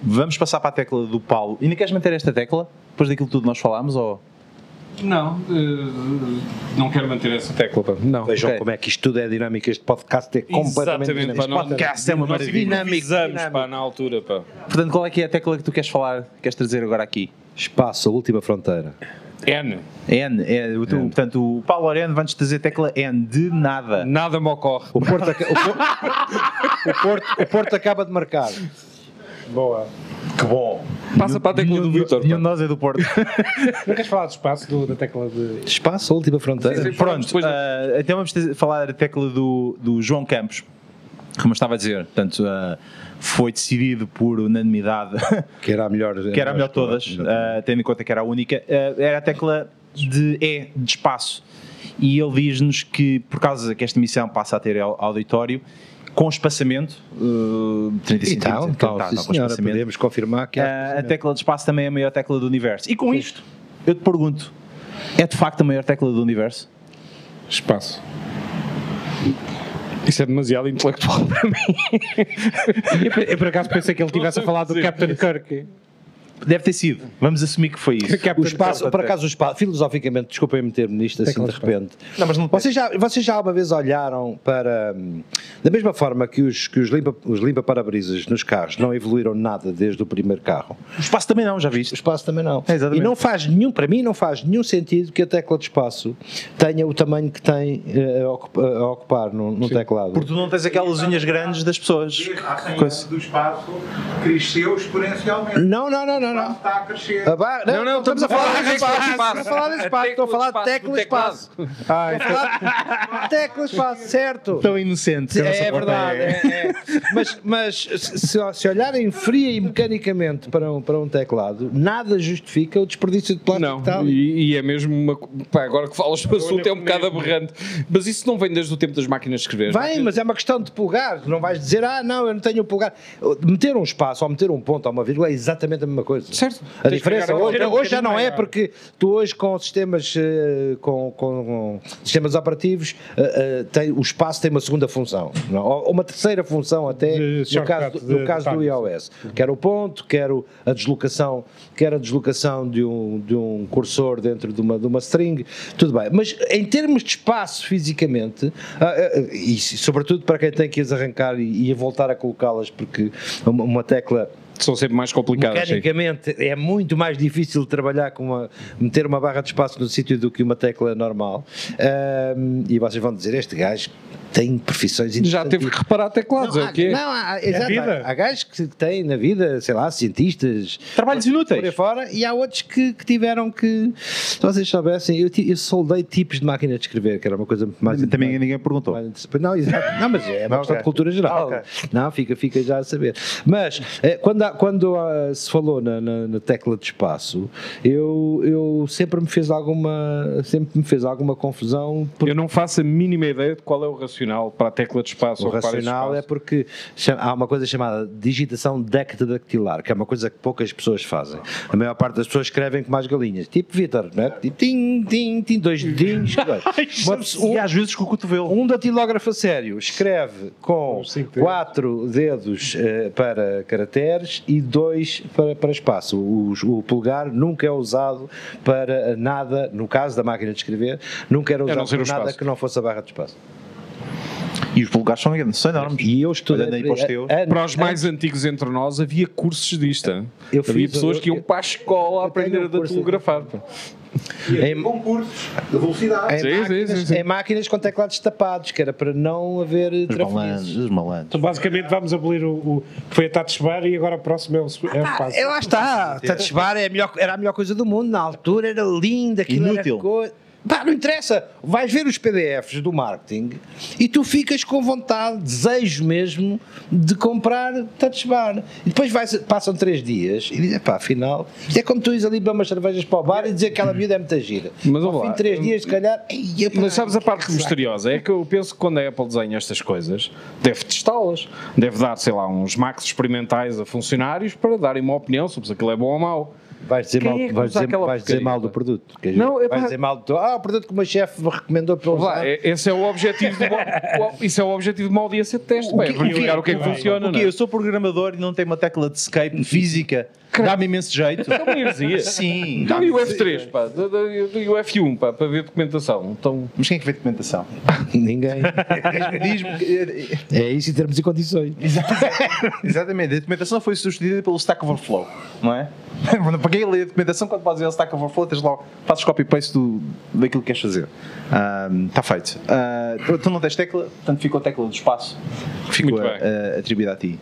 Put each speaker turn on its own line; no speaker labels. Vamos passar para a tecla do Paulo. Ainda queres manter esta tecla? Depois daquilo tudo que nós falámos? Ou...
Não, eh, não quero manter essa tecla. pá. Não.
Vejam
Ok.
como é que isto tudo é dinâmico. Este podcast é completamente
Exatamente, pá,
dinâmico.
não-
Este podcast é uma
nós
maravilha.
improvisamos, pá, na altura, pá.
Portanto, qual é que é a tecla que tu queres falar, que queres trazer agora aqui?
Espaço, a última fronteira.
N.
N. É, o teu- Portanto, o Paulo Oreno vai-nos trazer a tecla N de nada.
Nada me ocorre.
O Porto, aca- o Porto, o Porto, o Porto acaba de marcar.
Boa.
Que bom.
Passa para a tecla do Vitor.
Nenhum de nós é do Porto.
Não queres falar do espaço do- da tecla de.
Espaço, a última fronteira.
Sim, sim.
Pronto,
Depois-
ah, então vamos ter- falar a tecla do, do João Campos. Como eu estava a dizer, portanto, ah, foi decidido por unanimidade
Que era a melhor.
que era a melhor de todas, ah, tendo em conta que era a única, ah, era a tecla de E, de espaço. E ele diz-nos que, por causa que esta missão passa a ter au- auditório, com espaçamento, uh, 35
Então,
tá,
então,
tá, tá,
sim,
com
senhora,
espaçamento.
podemos Eh, confirmar que há
Ah, a tecla de espaço também é a maior tecla do universo. E com isto, eu te pergunto, é de facto a maior tecla do universo?
Espaço. Isso é demasiado intelectual para mim.
Eu, por- eu por acaso pensei que ele tivesse
sei
a falar do
dizer.
Captain Kirk.
Deve ter sido. Vamos assumir que foi isso.
O espaço, por acaso, o espaço, filosoficamente, desculpem meter-me nisto assim de
Tecla do espaço.
repente. vocês, já, vocês já uma vez olharam para. hum, Da mesma forma que os, que os limpa- os limpa-parabrisas nos carros não evoluíram nada desde o primeiro carro,
O espaço também não, já
o
viste?
espaço também não.
É, exatamente.
e não faz nenhum, para mim, não faz nenhum sentido que a tecla de espaço tenha o tamanho que tem eh, a ocup- a ocupar no, no teclado.
Porque tu não tens aquelas unhas grandes das pessoas.
Há 100 anos
Coisa.
do espaço cresceu exponencialmente.
Não, não, não, não.
O espaço
não.
Está a crescer.
Aba- Ah. Não, não, estamos a falar de espaço. Estamos a falar de espaço. Estou a falar de
espaço do
tecla espaço. Ah, Estou a falar de tecla espaço, certo.
Tão inocente.
É verdade, é, é. mas, mas se, se olharem fria e mecanicamente para um, para um teclado, nada justifica o desperdício de plástico que está
Não,
ali.
e, e é mesmo uma. co- Pá, agora que falas para o assunto é um bocado aberrante. Mas isso não vem desde o tempo das máquinas de escrever.
Vem, mas é uma questão de pulgar. Não vais dizer, ah, não, eu não tenho pulgar. Meter um espaço ou meter um ponto ou uma vírgula é exatamente a mesma coisa.
Certo.
A
Tens que
diferença
pegar
hoje,
aquela-
hoje já não é porque tu hoje com sistemas eh, com, com sistemas operativos eh, eh, tem, o espaço tem uma segunda função não? é? ou ou uma terceira função até
De
no caso,
shortcut,
do- no
de-
caso
de
do
táxi.
iOS quer o ponto quer o- a deslocação quer a deslocação de um, de um cursor dentro de uma, de uma string tudo bem mas em termos de espaço fisicamente ah, ah, e sobretudo para quem tem que as arrancar e, e voltar a colocá-las porque uma- uma tecla
São sempre mais complicadas. sim.
Mecanicamente é muito mais difícil trabalhar com uma, meter uma barra de espaço no sítio do que uma tecla normal. Ahm, e vocês vão dizer: este gajo tem profissões
Já teve que reparar teclados, é
não,
o quê?
há, não, há, exato,
vida.
há, há gajos que têm na vida, sei lá, cientistas,
Trabalhos
por aí
inúteis.
fora, e há outros que, que tiveram que. Se vocês soubessem, eu, ti- eu soldei tipos de máquina de escrever, que era uma coisa muito mais.
Também
mais-
ninguém perguntou.
mais interessante. Não, exato. Não, mas é uma
Não,
questão
ok.
de cultura geral.
Ah, ok.
Não, fica, fica já a saber. Mas eh, quando, há- quando ah, se falou na, na- na tecla de espaço, eu, eu sempre me fez alguma. Sempre me fez alguma confusão
Eu não faço a mínima ideia de qual é o racional para a tecla de espaço.
O
ou para esse
racional é
espaço.
porque cha- há uma coisa chamada digitação dactidactilar, que é uma coisa que poucas pessoas fazem. A maior parte das pessoas escrevem com mais galinhas, tipo Vitor, não é? Tipo tim, tim, tim, dois dedinhos. dois. Uma pessoa-
E às vezes com o cotovelo.
um datilógrafo a sério escreve com
Os cinco dedos.
quatro dedos eh, para caracteres e dois para, para espaço. O, o pulgar nunca é usado para nada, no caso da máquina de escrever, nunca era
não
usado
ser o
para nada
espaço.
que não fosse a barra de espaço.
E os pulgares são, grandes, são enormes.
E eu estudei
Olhando aí para os teus.
anos-
Para os mais
é.
antigos entre nós, havia cursos disto. hein?
Eu
havia
fiz-
pessoas
eu-
que iam
eu-
para a escola a
eu tenho
aprender a
um curso-
datilografar. pá.
E
em-
em concursos de velocidade.
Em,
Sim, sim,
máquinas,
sim, sim.
em máquinas com teclados tapados, que era para não haver eh,
Os malandros,
trafolhices.
os malandros.
Então, basicamente, vamos abolir o. o foi a Touch Bar e agora o próximo é o, sp- é o
Ah,
espaço.
é, lá está, Touch Bar é a melhor- era a melhor coisa do mundo, na altura era linda, aquilo
Inútil.
era coisa... Pá, não interessa, vais ver os PDFs do marketing e tu ficas com vontade, desejo mesmo, de comprar Touch Bar. E depois vais- passam três dias e dizem, pá, afinal, isto é como tu ires ali beber umas cervejas para o bar e dizer que aquela miúda é muita gira.
Mas,
Ao
olá,
fim de três
hum,
dias, se calhar... "Ei, epá,
Mas sabes a parte
que
misteriosa? É que eu penso que quando a Apple desenha estas coisas, deve testá-las. Deve dar, sei lá, uns max experimentais a funcionários para darem uma opinião sobre se aquilo é bom ou mau.
Vais dizer,
Quem
mal,
é que
vais
usa
dizer,
aquela
vais dizer
porcaria,
mal do
pá?
produto. Quer
Não,
dizer,
é
vais
pá.
dizer mal do. Ah, o produto que uma chefe me recomendou para
Vá,
usar.
é- esse é o objetivo de uma, o- isso é o objetivo de uma audiência de teste, bem,
que- o que-
verificar o que é que
vai,
funciona,
O quê?
não é?
Eu sou programador e não tenho uma tecla de escape física. Dá-me imenso jeito.
É uma heresia.
Sim.
Então e o F3, pá? Da- da- E o F1, pá, para ver documentação. Então,
Mas quem é que vê documentação?
Ninguém.
Diz-me que-
É isso em termos e condições.
Exatamente, a documentação foi substituída pelo Stack Overflow, não é? Para quem lê a documentação, quando podes ir ao Stack Overflow, tens logo, fazes copy-paste do- daquilo que queres fazer. tá Está feito. Ah, tu- tu não tens tecla, portanto ficou a tecla do espaço, que ficou
Muito bem.
ah, atribuída a ti.